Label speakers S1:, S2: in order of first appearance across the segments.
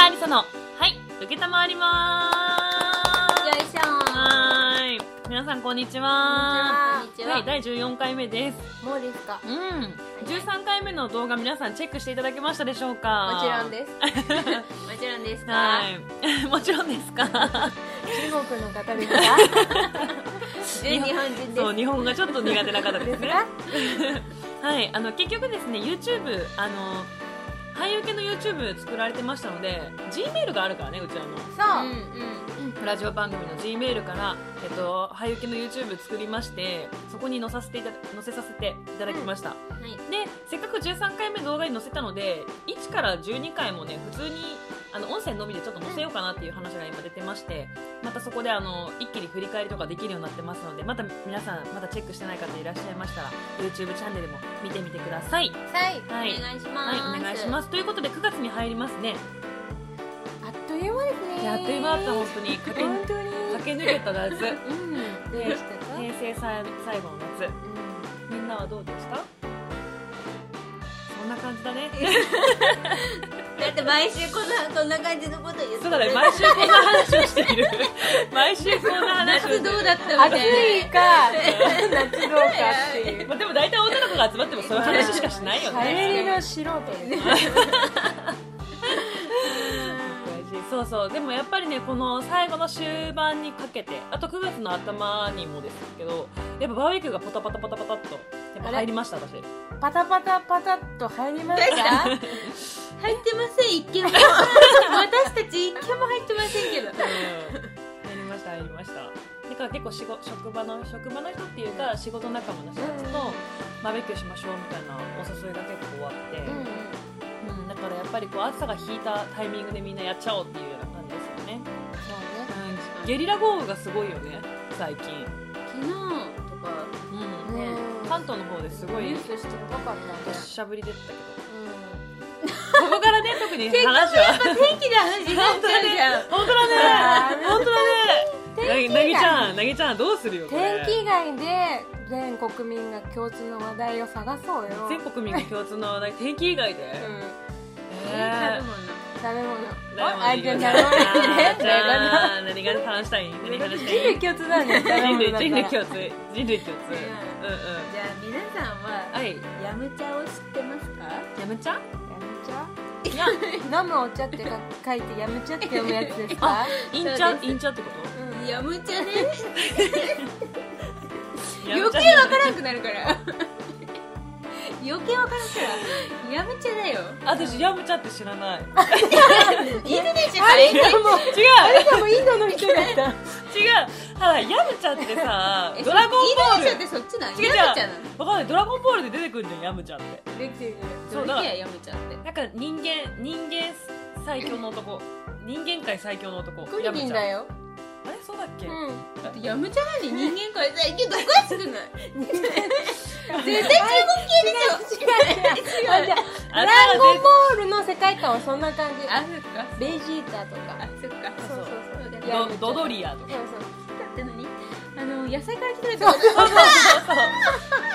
S1: ありさの、はい、受けたまわりま
S2: よ
S1: ー
S2: いしょ
S1: す。はーい。皆さん、こんにちは。
S2: こんにちは
S1: はい、第14回目です。
S2: もうですか
S1: うん。13回目の動画、皆さんチェックしていただけましたでしょうか
S2: もちろん
S1: す。
S2: です もちろんですか、
S1: はい。 もちろんですか。
S2: 中国の方ですか 純日本人です
S1: そう、日本語がちょっと苦手な方で
S2: ですす
S1: ね。
S2: か
S1: はい、あの結局ですね YouTube あの俳優系の YouTube 作られてましたので G メールがあるからねうちらの
S2: そう、
S3: うん
S1: ラジオ番組の G メールから、えっと、俳優系の YouTube 作りましてそこに載させていた載せさせていただきました、
S2: はい
S1: でせっかく13回目動画に載せたので1から12回もね普通にあの音声のみでちょっと載せようかなっていう話が今出てましてまたそこであの一気に振り返りとかできるようになってますのでまた皆さんまだチェックしてない方いらっしゃいましたら YouTube チャンネルも見てみてください
S2: はい、
S1: はい
S2: お願いし
S1: は
S2: ま
S1: い
S2: す、
S1: お願いしますということで9月に入りますね
S2: あっという間ですね
S1: やっという間だった本当に駆
S2: 本当に
S1: け駆け抜けた夏平
S2: うんどうでしたか、
S1: 成最最後の夏
S2: うん
S1: みんなはどうでしたそんな感じだね
S2: だって毎週こんなこんな感じのこと言って
S1: そうだね、毎週こんな話をしてい る。毎週こんな話をして
S2: 夏
S1: い
S2: ど
S1: る。
S2: うだったみ
S3: 暑
S2: たい
S3: い
S2: な
S3: か夏どうかっていう
S1: まあ、でも大体女の子が集まってもそういう話しかし ないよ
S3: 流行り
S1: ね。
S3: の素人です
S1: そうそうでもやっぱりねこの最後の終盤にかけてあと9月の頭にもですけどやっぱバーベキューがポタポタポタポタっとやっぱ入りました私
S3: パタパタパタっと入りま
S2: どう
S3: し
S2: したた入ってません一 件も私たち一件も入ってませんけど
S1: 入りました入りましただから結構仕事職場の職場の人っていうか仕事仲間の人たちとバーベキューしましょうみたいなお誘いが結構あって、うん、だからやっぱりこう暑さが引いたタイミングでみんなやっちゃおうっていうような感じですよね、うん、ゲリラ豪雨がすごいよね最近、
S2: 昨日とか
S1: う
S2: ね
S1: ん、関東の方ですごい
S2: ニュ
S1: ど
S2: ースしてなかった
S1: っ
S2: ね
S1: しゃぶりでしたけどここからね特に
S2: 結局や
S1: 話は
S2: っぱ天気の話になっちゃうじゃん
S1: 本当だね本当だねなぎなぎちゃんなぎちゃんどうするよこれ
S3: 天気以外で全国民が共通の話題を探そうよ
S1: 全国民が共通の話題天気以外で、
S3: うん
S1: えー
S3: 食べ物
S1: 誰も
S3: あ
S1: いい
S3: じゃ
S1: よ
S3: あ
S1: ね
S3: 食べ物ね
S1: じゃあ何が話したい何が話した
S3: 人
S1: い
S3: 類共通なんだよ
S1: 人類人類
S3: 食べ物だから
S1: 共通人類共通
S2: ね
S1: うんうん
S2: じゃあ皆さんは
S1: はい、
S2: ヤムチャを知ってますか
S1: やめちゃ
S3: やむちゃ飲むお茶ってか書いてやむちゃって読むやつですか
S1: インチャ
S2: そうです
S1: インチャってこと
S2: ヤムチャね
S1: や
S2: 余
S1: むちゃ
S2: 計わからなくなるから余計わからんからヤムチャだよ
S1: あ私ヤムチャって知らない違う
S2: インドネシアって
S3: でも
S1: 違
S3: でもインドの人だった
S1: うはやむちゃってさ
S2: え
S1: ドラゴン
S2: イ
S1: ボ
S2: ンドネシア
S1: ール
S2: ってそっちなん
S1: 違う違う
S2: ヤムチャなの
S1: わかんないドラゴンボールで出てくるじゃんヤムちゃんって
S3: できてる
S1: そう
S2: ど
S1: だか
S2: れき
S1: ら
S2: やヤムチャって
S1: なんか人間人間最強の男人間界最強の男
S3: ク
S1: ヤ
S3: リ
S1: ム
S3: リン
S1: チ
S3: だ
S1: ャ
S3: よ
S1: あれそうだっけ、
S3: うん
S2: だってヤムチャなのに人間界最強どこやすくない絶対中国系でしょ
S3: あじゃあ
S1: あれ
S3: ドラ
S1: は
S3: ゴンボールの世界観はそんな感じ
S2: あそっか
S3: ベジータとか
S2: あそっか
S1: そう
S2: そうだ
S1: で
S2: ね
S3: ヤムチャ
S1: ドドドリアと
S3: そう
S1: か
S3: そ
S2: ってのにあの野菜から来てるとか
S1: そうそうそうそう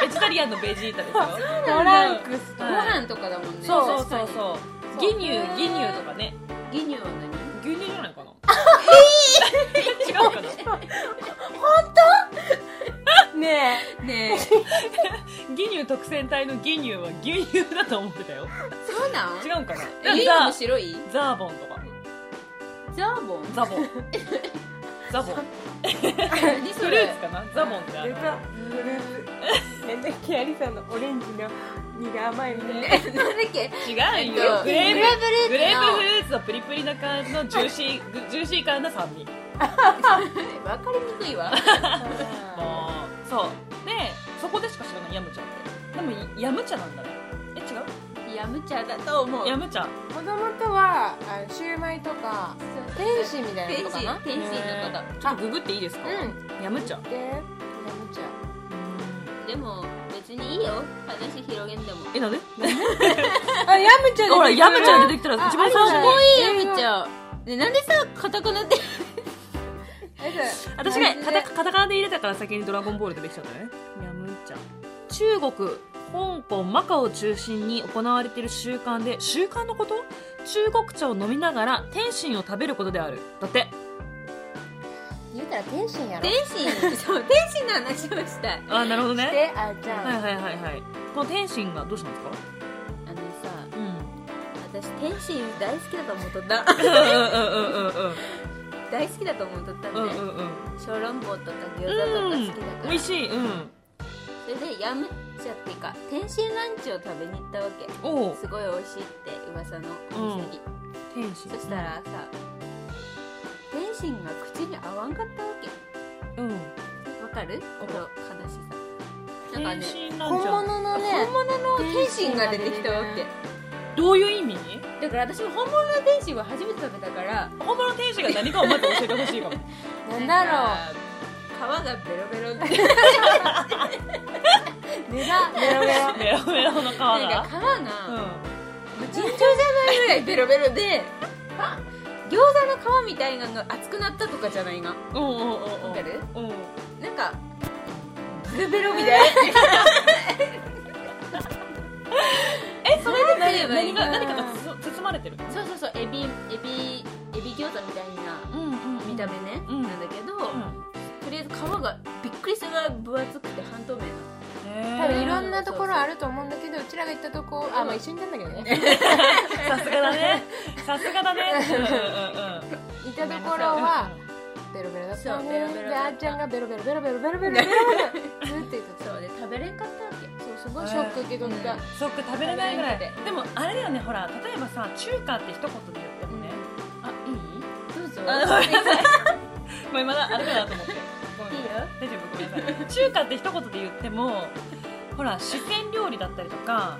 S1: ベジタリアンのベジータですよ
S3: うトランクス
S2: ご飯とかだもんね
S1: そうそう
S2: 確か
S1: そうそう義
S2: に
S3: そう
S1: 乳義乳とかね
S2: 牛乳は
S1: 牛乳じゃない かな違うかな
S3: ね
S2: 何ねえ
S1: 義乳特選隊の義乳は牛乳だと思ってたよ
S2: そうなん
S1: 違うんか
S2: え
S1: な
S2: 牛乳も
S1: ザ
S2: 白い
S1: ザーボンとか
S2: ザーボン
S1: ザボンザ ボン
S2: 何
S1: フ
S2: そ
S1: ル
S2: れ
S1: ーツかなザボンってあ
S3: え出
S1: の
S3: たフルーツなんだっけアリさんのオレンジの苦甘いみたいな
S2: なんだっけ
S1: 違う
S2: えっ
S1: よ
S2: と
S1: グレー
S2: グレー
S1: プ
S2: プ
S1: グ
S2: フルーツの
S1: レープフルーツのプリプリな感じのジューシーグジューシー感の酸味も
S2: わかりにくい わ
S1: うそうでそこでしか知らないヤムチャってでもヤムチャなんだねえ違う
S2: ヤムチャだと思う
S1: ヤムチャ
S3: もともとはあシューマイとか天使みたいな
S2: 天
S3: こ
S2: 使
S3: とかな
S2: 天使のこ
S1: ちょっとググっていいですか
S3: う
S1: ヤムチャ
S3: でやむちゃ
S2: とでも別にいいよ話広げんでも
S1: えなんで
S3: あやむちゃ
S1: ほらヤムチャ出てきたら
S3: あ
S1: 一番最
S3: あ
S1: 初
S3: れ
S1: に
S3: もね
S2: いいヤムチャねなんでさカタカナって
S1: 私がカタカタカナで入れたから先に「ドラゴンボール」出てきちゃったねヤムチャ中国香港マカオを中心に行われている習慣で習慣のこと中国茶を飲みながら天津を食べることであるだって
S3: 言うたら天津やろ
S2: 天津 そう天津の話をしたい
S1: あーなるほど
S3: し
S1: ね
S3: てあーちゃん、
S1: はいはいはいはいこの天津がどうしたんですか
S2: あのさ
S1: うん
S2: 私天津大好きだと思っとった
S1: うんうんうんうん
S2: 大好きだと思っとった
S1: うんん
S2: で、
S1: うんうん
S2: 小籠包とか
S1: う
S2: 餃子とか好
S1: ん
S2: きだから、
S1: 美味しいうん
S2: それでヤムチャっていうか天津ランチを食べに行ったわけ
S1: おう
S2: すごい美味しいって噂のお店に、
S1: 天津
S2: そしたらさ天津が口に合わんかったわけ
S1: うん
S2: わかる
S1: わ
S2: こ
S1: か
S2: の
S1: る
S2: 悲しさなんか
S1: 天
S2: ね
S1: 津
S3: 本
S1: なんちゃん
S3: 物のね
S2: 本物の天津が出てきたわけ
S1: どういう意味
S2: だから私も本物の天津は初めて食べたから
S1: 本物の天津が何かをまず教えてほしいかも
S3: なんだ
S2: ろう皮がベロベロで
S3: ろう値段メロメロ
S1: メロメロの皮
S2: なん
S1: が
S2: か皮が、
S1: うん
S2: 尋常じゃないぐらいベロベロで餃子の皮みたいなのが熱くなったとかじゃないな
S1: うんうんうんうん
S2: わかる
S1: うん
S2: なんかブルベロみたいな
S1: えそれで何
S2: 何
S1: 何
S2: が
S1: が何かが包包まれてる
S2: そうそうそうエビエビエビ餃子みたいな
S1: うんうん
S2: 見た目ね、
S1: うん
S2: なんだけど、とりあえず皮がびっくりするぐらい分厚くて半透明な
S3: 多分い
S1: な
S3: ろんなところあると思うんだけどうちらが行ったとこあ、まあ、一緒に行ったんだけどね
S1: さすがだねさすがだねうんうんうん
S3: 行ったところはベロベロだった
S2: そう
S3: ね
S2: ベロベロだった
S3: であーちゃんがベロベロベロベロベロベロベロベロずっと言ってた
S2: そうで食べれんかったわけ
S3: そうすごいショック受け取った、
S2: うん
S1: そっか食べれないぐらい
S2: 食べれなく
S1: でもあれだよねほら例えばさ中華って一言で言ってもね
S2: あいいどうぞ
S1: あごめんなさいもう今だあれかなと思ってごめん
S2: いいよ
S1: 大丈夫ごめんなさい中華って一言で言ってもほら四川料理だったりとか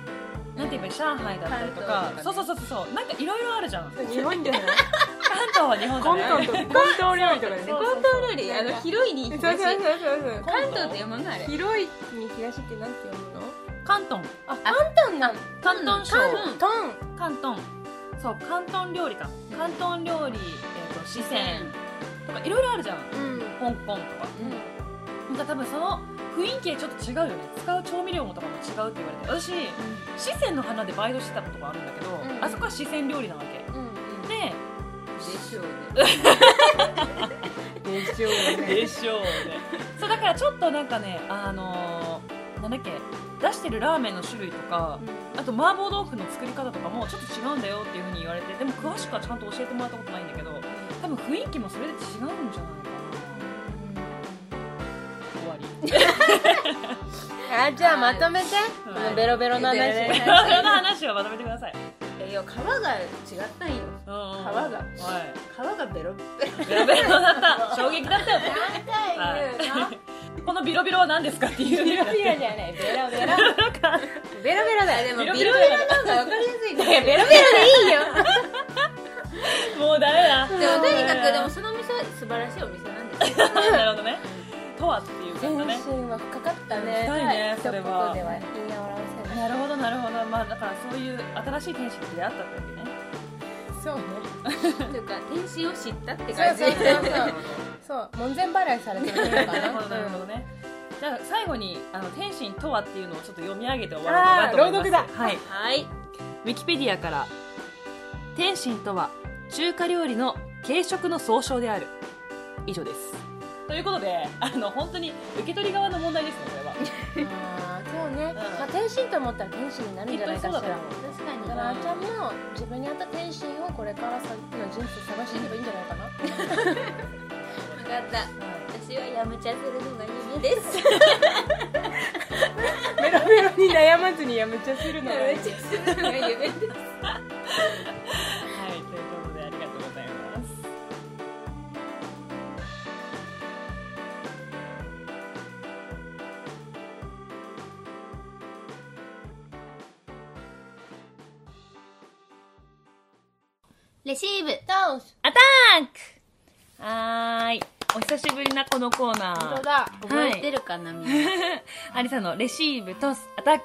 S1: なんて言えばいい上海だったりとか
S2: 関東とかね
S1: そうそうそうそうなんかいろいろあるじゃん関
S3: 日本じゃない
S1: 東は日本じゃ
S3: コン
S1: ない
S3: トンとコント料理とかでね
S1: そう
S2: 関東料理あの広いに
S3: そう
S2: 東
S3: そうそう
S2: 関
S3: そ
S2: 東っ
S3: う
S2: て読まないあれ
S3: 広いに東ってなんて読むの
S1: 関東
S3: あ関東なん
S1: 関東省
S2: 関
S3: ト
S1: 関東そう関東料理か関東料理、えー、と四川とかいろいろあるじゃん
S3: ンうん
S1: 香港とかなんか多分その雰囲気でちょっと違うよね使う調味料もとかも違うって言われて私四川の花でバイトしてたことがあるんだけど、
S3: ん
S1: あそこは四川料理なわけで
S2: でしょうね
S3: でしょう
S1: でしょうねそうだからちょっとなんかねあのーなんだっけ出してるラーメンの種類とか、あと麻婆豆腐の作り方とかもちょっと違うんだよっていうふうに言われてでも詳しくはちゃんと教えてもらったことないんだけど多分雰囲気もそれで違うんじゃないかな終わり
S3: あじゃあまとめて
S1: はい
S3: あのベロベロの話
S2: ベロベロ
S1: その話をまとめてください
S2: えいや皮が違ったんよ
S1: 皮が
S2: 皮が
S1: は
S2: 皮がベロベ
S1: いベロベロだった衝撃だったよね
S2: 何回言うの
S1: このビロビロは何ですかっていう
S3: ベロベロじゃないベロベロベロベロだよ
S2: でもビ
S1: ビロ
S2: ロ
S1: ビ
S2: ビ
S1: ロ
S2: ロの方が分かりやすいねベロベロでいいよ
S1: もうダメだ
S2: でもとにかくでもそのお店は素晴らしいお店なんですよ
S1: なるほどねとはっていう感じだね
S3: 全身は深かったね
S1: 深いねそれは
S3: 一言では言い表せない
S1: なるほどなるほどまあだからそういう新しい天使に出会ったってわけね
S3: そうね
S2: というか天使を知ったって
S3: そう
S2: 感じ
S3: そうそうそうそう門前払いされてるのか
S1: なるほどなるほど
S3: な
S1: ねじゃあ最後にあの天使とはっていうのをちょっと読み上げて終わ
S3: あー
S1: ろうかなと思います
S3: 朗読
S1: はい
S2: はい
S1: ウィキペディアから「天津とは中華料理の軽食の総称である」以上ですということであの本当に受け取り側の問題ですねこれは
S3: うんあーそうねまあ天心と思ったら天心になるんじゃないかしら
S1: きっとそうだと思
S2: 確
S3: だか
S2: から
S3: あ
S2: ら
S3: ーちゃんも自分に合った天心をこれから先の人生探していけばいいんじゃないかな
S2: 分かった私はやむちゃするのが夢です
S3: ベロベロに悩まずにやむちゃする
S2: やむちゃするのが夢
S1: はいという
S2: です
S1: ことでありがとうございます
S2: レシーブ
S3: ダウンス
S1: アタックはーいお久しぶりなこのコーナ
S3: 本当
S1: ー
S3: だ
S2: 覚えてるかなみんな
S1: ありさのレシーブトスアタック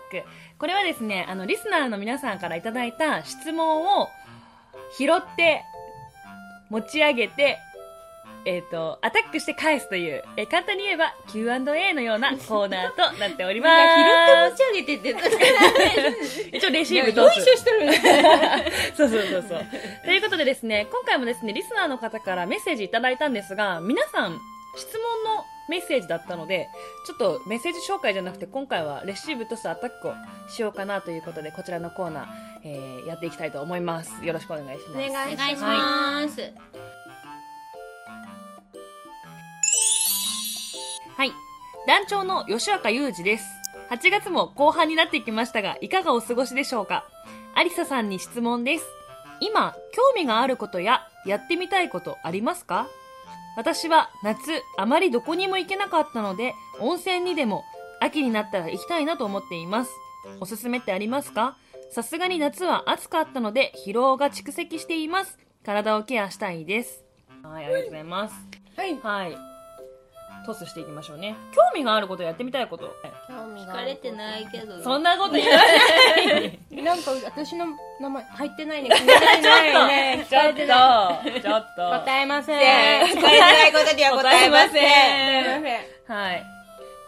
S1: これはですねあのリスナーの皆さんからいただいた質問を拾って持ち上げてえっ、と、アタックして返すという、えー簡単に言えば Q&A のようなコーナーとなっておりま
S2: なんか拾っ
S1: す。
S2: て持ち上げてって
S1: 一応レシーブ
S2: よ
S1: 通
S2: いし
S1: す。
S2: ょしてるね
S1: そうそうそうそう。ということでですね、今回もですね、リスナーの方からメッセージいただいたんですが、皆さん、質問のメッセージだったので、ちょっとメッセージ紹介じゃなくて、今回はレシーブとスアタックをしようかなということで、こちらのコーナー、えーやっていきたいと思います。よろしくお願いします。
S3: お願い
S2: お
S3: し
S2: 願いし
S3: ま
S2: ます、
S1: はい。団長の吉岡裕二です。8月も後半になってきましたが、いかがお過ごしでしょうかありささんに質問です。今、興味があることや、やってみたいことありますか私は夏、あまりどこにも行けなかったので、温泉にでも、秋になったら行きたいなと思っています。おすすめってありますかさすがに夏は暑かったので、疲労が蓄積しています。体をケアしたいです。はい、ありがとうございます。
S3: はい
S1: はい。トスしていきましょうね。興味があることやってみたいこと。
S3: 興味
S2: 疲れてないけど
S1: そんなこと言わない。
S3: なんか私の名前入ってないね入って ないね
S1: ちょっと、ちょっと。
S3: 答えません
S2: せー
S3: 答えないことには答えません
S1: 答えません
S3: 答え
S1: はい。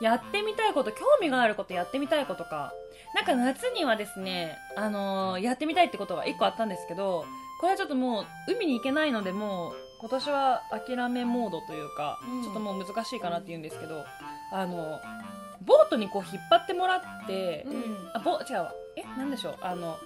S1: やってみたいこと、興味があること、やってみたいことか。なんか夏にはですね、あのーやってみたいってことが一個あったんですけど、これはちょっともう、海に行けないので、もう、今年は諦めモードというか、
S3: うん
S1: ちょっともう難しいかなって言うんですけど、あの、ボートにこう引っ張ってもらって、
S3: ません
S1: あ、ぼ、違うわ。え、なんでしょう。あの、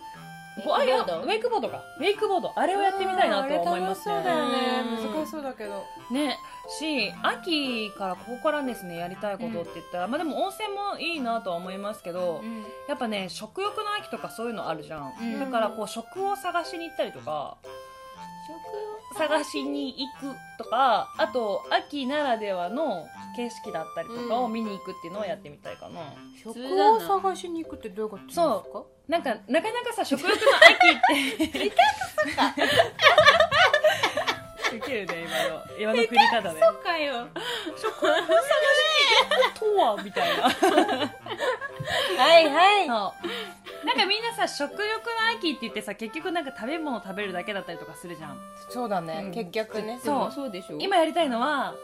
S1: ぼ
S2: ウ
S1: あ
S2: ェイ
S1: いや
S2: ク
S1: ウ
S2: ボード
S1: ェイクボードか。ウェイクボード。あれをやってみたいなとは思います
S3: あれ楽
S1: ね。
S3: しそうだよ
S2: うん
S3: ね難しそうだけど
S1: ね。し、秋からここからですね、やりたいことって言ったら、まあでも温泉もいいなとは思いますけど、やっぱね、食欲の秋とかそういうのあるじゃん。
S2: うん
S1: だからこう、食を探しに行ったりとか、
S2: 食
S1: 探しに行くとか、あと、秋ならではの景色だったりとかを見に行くっていうのをやってみたいかな。
S3: 食
S2: 通
S3: を
S2: だな
S3: 探しに行くってどういうことです
S1: そ
S3: か
S1: うなんか、なかなかさ、食欲の秋って。 下手くそか。ウケるね、今の。今の繰り方で。
S2: とかよ
S1: とはみたいな。
S3: はいはい
S1: なんかみんなさ、食欲の秋って言ってさ、結局なんか食べ物食べるだけだったりとかするじゃん。
S3: そうだ
S2: うん
S3: ね結局ね
S1: そう
S2: そうでしょ
S1: 今やりたいのは、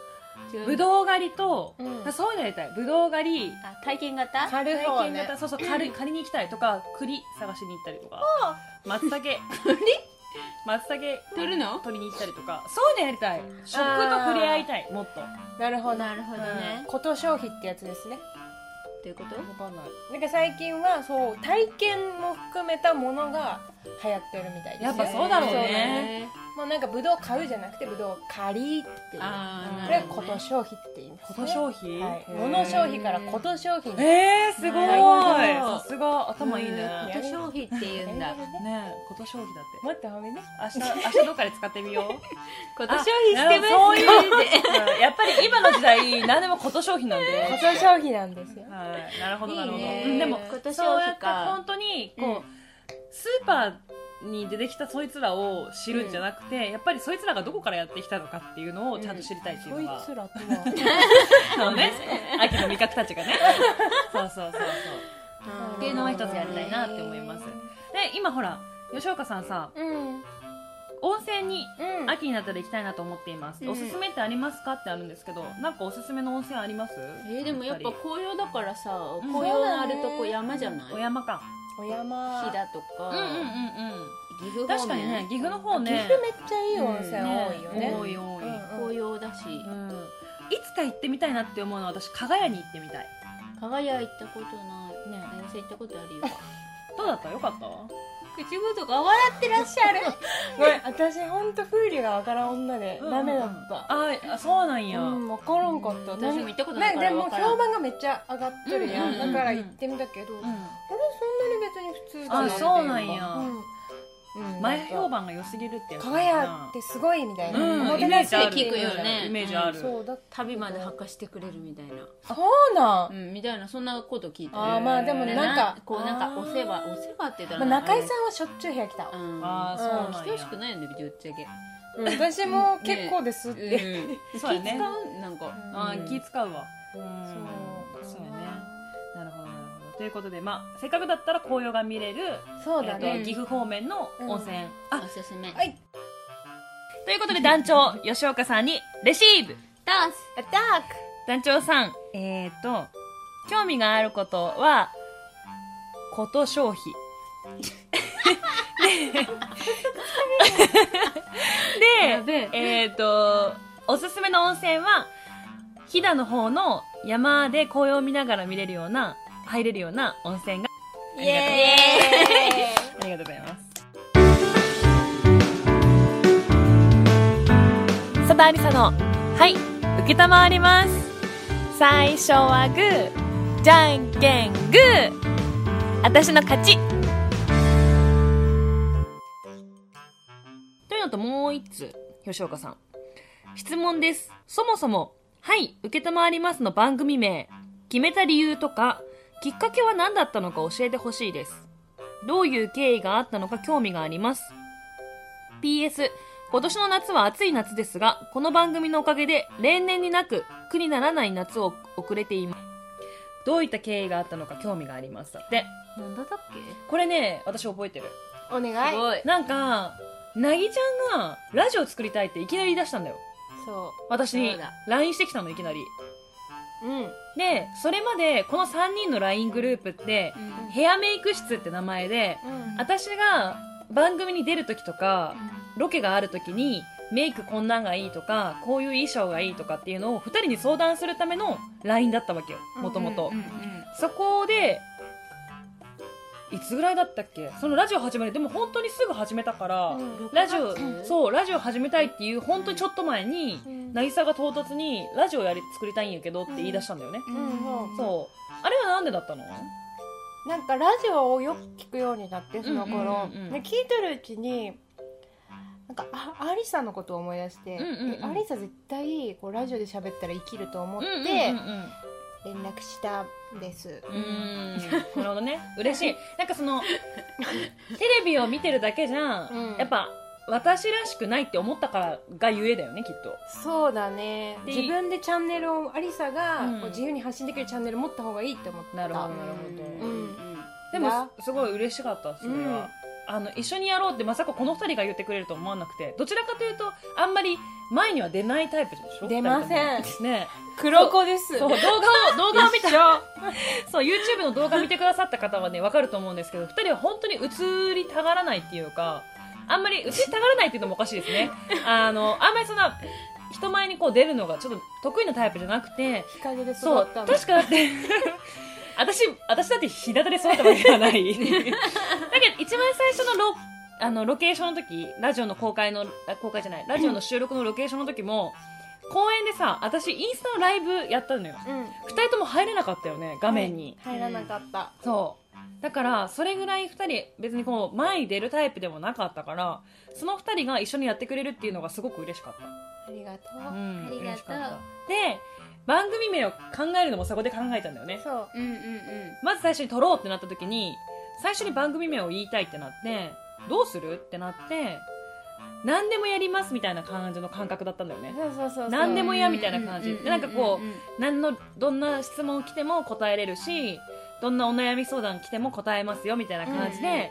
S1: ぶ
S2: う
S1: どう狩りと、
S3: うん
S1: あそういうのやりたい。ぶどう狩り、
S2: あ体験型
S3: 狩る方
S1: 体験
S3: ね
S1: 型、そうそう、狩り、狩りに行きたいとか、栗探しに行ったりとか、松茸、栗 松茸
S2: 取るの
S1: 取りに行ったりとか、そういうのやりたい。食と触れ合いたい、もっと。
S3: なるほど
S2: なるほどね
S3: こと消費ってやつですね
S2: ということ
S1: わかんない。
S3: なんか最近はそう体験も含めたものが流行ってるみたいですよ
S1: やっぱそうだろうね
S3: もうなんかブドウ買うじゃなくてブドウを借りっていう
S2: あ
S1: ー
S3: これは
S1: なる
S3: こと消費って言います
S1: この
S3: ね
S1: 消費、
S3: はい
S1: へー
S3: 物消費からこと消費に
S1: えー、すごい、
S3: はい
S1: さすが頭いいね
S3: うん
S1: ね
S2: こと消費って言うんだ
S3: ね
S1: こと消費だって
S3: もっと褒めね
S1: 明日明日どっかで使ってみよう
S2: こ
S1: あ
S2: と消費してま
S1: なるほどそう
S2: す
S1: いううんやっぱり今の時代何でもこと消費なんで
S3: こと消費なんですよ
S1: はいなるほど
S2: いい
S1: なるほど
S2: ね
S1: うんでも
S2: こと
S1: そ
S2: 消
S1: うやっ
S2: 費
S1: て
S2: か
S1: 本当にこう、スーパーに出てきたそいつらを知るんじゃなくて、やっぱりそいつらがどこからやってきたのかっていうのをちゃんと知りたいってい
S3: こ
S1: う
S3: い
S1: のが、
S3: つらと
S1: そうね 秋の味覚たち がねそうそうそうそう
S3: うん
S1: っていうのは一つやりたいなって思いますで今ほら吉岡さんさ
S3: うんうん
S1: 温泉に秋になったら行きたいなと思っています、
S2: うん
S1: おすすめってありますかってあるんですけどなんかおすすめの温泉あります
S2: えーでもやっぱ紅葉だからさ
S1: うん
S2: 紅葉のあるとこ山じゃない
S1: お山か
S3: お山
S2: 飛騨と
S1: うんうんうん
S2: か岐阜方面
S1: 確かにね岐阜の方ね
S3: 岐阜めっちゃいい温泉多いよ
S1: ね
S3: ね
S1: 多い多い、うん
S2: 紅葉だし
S1: いつか行ってみたいなって思うのは私加賀屋に行ってみたい
S2: 輝行ったことない
S1: ね
S2: お店行ったことあるよ
S1: どうだったよかった
S2: 口元が笑ってらっしゃる
S3: ごめん私本当風流がわからん女でダメだった
S1: あーあそうなんや、
S3: うん分からんかった
S2: 私も行ったことないから
S3: ねでも
S2: わからん
S3: 評判がめっちゃ上がってるや
S1: うん
S3: ん
S1: うんうんうん
S3: だから行ってみたけどあれそんなに別に普通だなっていか
S1: あそうなんや
S3: うんうん
S1: 前評判が良すぎるってやつかな
S3: 輝ってすごいみたいな、
S1: うん
S3: おもて
S1: イメ
S3: な
S1: ー
S3: し
S1: ジある
S2: 聞くよね
S1: イメージある、
S3: そうだ
S2: 旅まで吐かしてくれるみたいな
S3: そうな
S2: う
S3: ん、
S2: んみたいなそんなこと聞いて
S3: あーまあでも
S2: で
S3: なんか
S2: こうなんかお世話
S3: あー
S2: お世話って言った
S3: まあ、
S2: ら
S3: 中井さ
S2: ん
S3: んはしょっちゅう部屋来た、
S1: ああそうなんや
S2: 来てほしくないよねぶっちゃけ
S3: うん私も結構ですって、
S2: うん
S1: そうや
S2: 気
S1: ね
S2: 使うなんか
S3: うん
S1: あー気使うわ
S3: そう
S1: そうやねなるほどなるほどということで、まあ、せっかくだったら紅葉が見れる、
S3: そう
S1: え
S3: だ
S1: ー
S3: ね、
S1: と岐阜方面の温泉、あ
S2: おすすめ
S3: はい
S1: ということで団長吉岡さんにレシーブ
S2: ダンス
S3: アタック
S1: 団長さんえーと興味があることはこと消費
S2: やべ
S1: ででえーとおすすめの温泉は飛騨の方の山で紅葉を見ながら見れるような入れるような温泉が
S3: イエーイ
S1: ありがとうございます佐田ありさのはい受けたまわります最初はグーじゃんけんグー私の勝ちというのともう一つ吉岡さん質問ですそもそも「はい受けたまわります」の番組名決めた理由とかきっかけは何だったのか教えてほしいですどういう経緯があったのか興味があります。PS、今年の夏は暑い夏ですが、この番組のおかげで例年になく苦にならない夏を遅れています。どういった経緯があったのか興味があります。だって、
S2: なんだだっ
S1: これね、私覚えてる。
S3: お
S2: け
S3: 願い
S2: ごい
S1: なんか、なぎちゃんがラジオ作りたいっていきなり言い出したんだよ。
S2: そ
S1: 私に
S2: そうだ
S1: LINE してきたの、いきなり。
S3: うん
S1: で、それまでこの3人の LINE グループって
S2: う、ん
S1: ヘアメイク室って名前で、私が番組に出る時とか、ロケがある時にメイクこんなんがいいとかこういう衣装がいいとかっていうのを2人に相談するための LINE だったわけよもともと
S2: うんうん
S1: そこでいつぐらいだったっけそのラジオ始めるでも本当にすぐ始めたから、ラジオそうラジオ始めたいっていう本当にちょっと前に
S3: うん
S1: 渚が唐突に「ラジオやり作りたいんやけど」って言い出したんだよね、
S2: うん
S3: うん
S1: そうあれはなんでだったの
S3: なんかラジオをよく聞くようになってその
S1: うん
S3: 頃、
S1: うんうんうん
S3: で聞いてるうちになんかあアリサのことを思い出して、
S1: うんうんうん
S3: えアリサ絶対こうラジオで喋ったら生きると思って
S1: うんうん
S3: 連
S1: うんうん
S3: 絡したんです、
S1: うーん、なるほどね 嬉しいなんかそのテレビを見てるだけじゃ、
S3: うん
S1: やっぱ私らしくないって思ったからがゆえだよねきっと
S3: そうだね
S1: で
S3: 自分でチャンネルをアリサが
S1: うん
S3: こう自由に発信できるチャンネル持った方がいいって思った
S1: なるほど
S3: うん
S1: なるほど、
S3: うん
S1: でもすすごい嬉しかったそれは、あの一緒にやろうってまさかこの2人が言ってくれると思わなくてどちらかというとあんまり前には出ないタイプでしょ
S3: 出ませ
S1: 二
S3: ん
S1: 人ともね
S2: 黒子です
S1: そう動画を動画を見たそう YouTube の動画見てくださった方はね分かると思うんですけど2人は本当に映りたがらないっていうかあんまり映りたがらないっていうのもおかしいですねあのあんまりそんな人前にこう出るのがちょっと得意なタイプじゃなくて
S3: 日陰で育
S1: そう
S3: ったの
S1: 確 かだって私私だって日向で育ったわけではないだけど一番最初のロあのロケーションの時ラジオの公開のあ公開じゃないラジオの収録のロケーションの時も公園でさ私インスタのライブやったのよ
S3: うん
S1: 2人とも入れなかったよね画面に、
S3: 入らなかった、
S1: そうだからそれぐらい2人別にこう前に出るタイプでもなかったからその2人が一緒にやってくれるっていうのがすごく嬉しかっ
S3: ありがと
S1: た、う
S3: う、
S1: ん、
S2: ありがとう
S1: 嬉しかったで番組名を考えるのもそこで考えたんだよね
S3: そう
S2: うんうんうん
S1: まず最初に撮ろうってなった時に最初に番組名を言いたいってなってどうするってなって何でもやりますみたいな感じの感覚だったんだよね
S3: そうそうそう
S1: 何で
S3: も
S1: も嫌みたいな感じでなんかこう何のどんな質問来ても答えれるしどんなお悩み相談来ても答えますよみたいな感じで、
S2: うんうん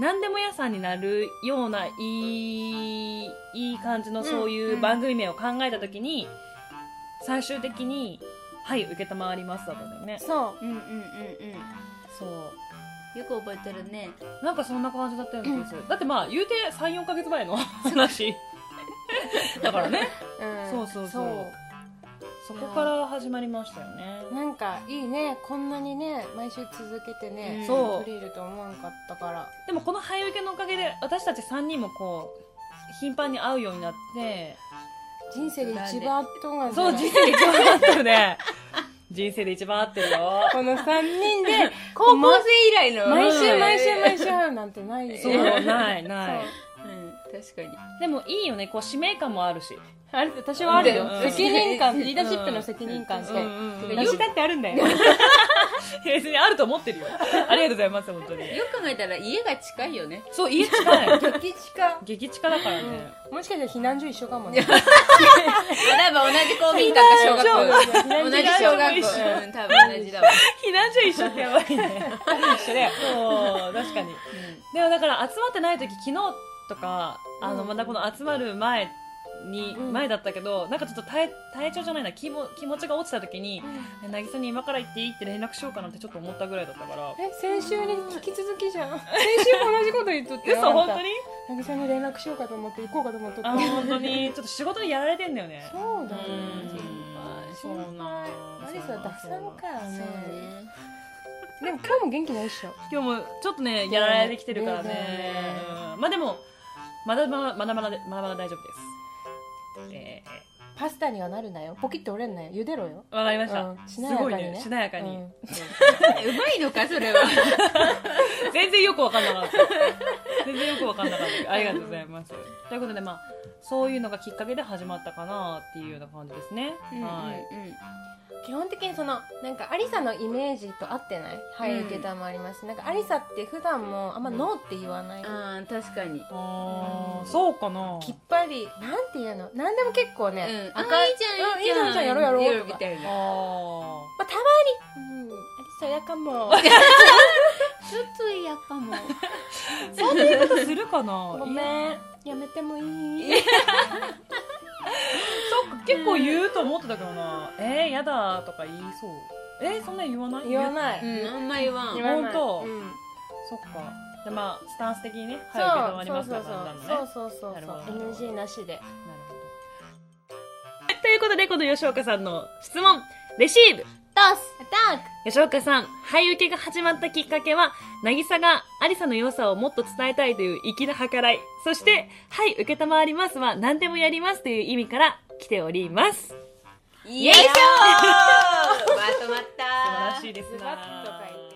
S1: 何でも屋さんになるようないいいい感じのそういう番組名を考えた時に、最終的に「はい承ります」だったんだよね
S3: そ
S2: う
S3: う
S2: んうんうんうん
S1: そう
S2: よく覚えてるね
S1: なんかそんな感じだったような気がする、だってまあ言うて34か月前の 話だからね
S3: うん
S1: そうそうそうそこから始まりましたよね
S3: なんかいいねこんなにね毎週続けてね、
S2: うん
S1: そう
S3: 取り入れると思わなかったから
S1: でもこの「ハイウケ」のおかげで私たち3人もこう頻繁に会うようになって
S3: 人生で一番あったのが
S1: そう人生で一番合ってるね 人生で一番合ってるよ
S3: この3 人で
S2: 高校生以来の
S3: 毎週毎週毎
S2: 週
S3: 週会うなんてないよ
S1: そうないない
S2: うん確かに
S1: でもいいよねこう使命感もあるし
S3: あれ私はあるよ
S1: うん
S3: 責任感リーダーシップ
S1: う
S3: の
S1: ん
S3: 責任感
S1: う
S3: し
S1: ん
S3: て
S1: うんうん
S3: 私だってあるんだよ
S1: 別にあると思って るよありがとうございます本当に
S2: よく考えたら家が近いよね
S1: そう家 近い
S3: 激近
S1: 激近だからね
S3: もしかしたら避難所一緒かもね
S2: 多分同じ公民館か 小学校同じ小学
S1: 一緒
S2: 校うん多分同じだわ
S1: 避難所一緒ってやばいね一緒だよそう確かにでもだから集まってない時昨日とかあの
S3: うん
S1: またこの集まる前に
S3: うん
S1: 前だったけど、なんかちょっと体体調じゃないな気も気持ちが落ちた時に「え渚に今から行っていい?」って連絡しようかなってちょっと思ったぐらいだったから
S3: え先週に引き続きじ ゃん先週も同じこと言っとって
S1: 嘘本当に
S3: に渚に連絡しようかと思って行こうかと思っとった
S1: あ本当 にちょっと仕事にやられてんだよね
S3: そうだね
S1: うん
S3: 心配
S1: そうなん
S3: マリサダサのか
S2: そうね
S3: ねでも今日も元気ないっしょ
S1: 今日もちょっとねやられてきてるからねうんまあでもまだまだまだまだでまだまだ大丈夫ですえ
S3: パスタにはなるなよポキッと折れんなよ茹でろよ
S1: ーわかりました、
S3: うん
S1: す
S3: しなやか
S1: ごい
S3: に
S1: ね
S3: ね
S1: しなやかに、
S3: うん
S2: うまいのかそれは
S1: 全然よくわかんなかった全然よくわかんなかったありがとうございますということでまあそういうのがきっかけで始まったかなっていうような感じですね、はい
S2: うんうんうん
S3: 基本的にそのなんかアリサのイメージと合ってない背景だもありますし、なんかアリサって普段もあんまノーって言わない、
S2: あー確かに
S1: あーそうかな
S3: きっぱりなんていうの何でも結構ね、
S2: うん、
S3: あ
S2: 赤いいじゃん、
S3: うんいいじゃんいいじゃんやろうやろう
S2: いいじゃん
S3: とか
S2: みたい
S1: あ
S2: な。
S3: まあ、たまに、うん、アリサやかも
S2: ちょっとやっぱもう。
S1: ーそんな言い方するか な
S3: ごめん
S1: いや
S3: やめてもいい
S1: そっか結構言うと思ってたけどな「えー、やだ」とか言いそうえー、そんなん言わない
S3: 言わない、
S2: うん、あんまりは
S3: 言わない
S1: 本当
S3: うん
S1: そっかでまあスタンス的にね
S3: そ
S1: 入
S3: う
S1: るけどあります
S3: そ
S1: か
S3: う
S1: らだんだんね
S3: そうそうそうそう
S1: なるほど
S3: そう NG なしで
S1: なるほどということでこの吉岡さんの質問レシーブ
S2: トスアタック
S1: 吉岡さん、俳優受けが始まったきっかけは、渚がアリサの良さをもっと伝えたいという粋な計らい、そして、はい、受けたまわりますは何でもやりますという意味から来ております。素
S2: よいしょーまとまった
S1: 晴らしいです
S3: ズバッと書いて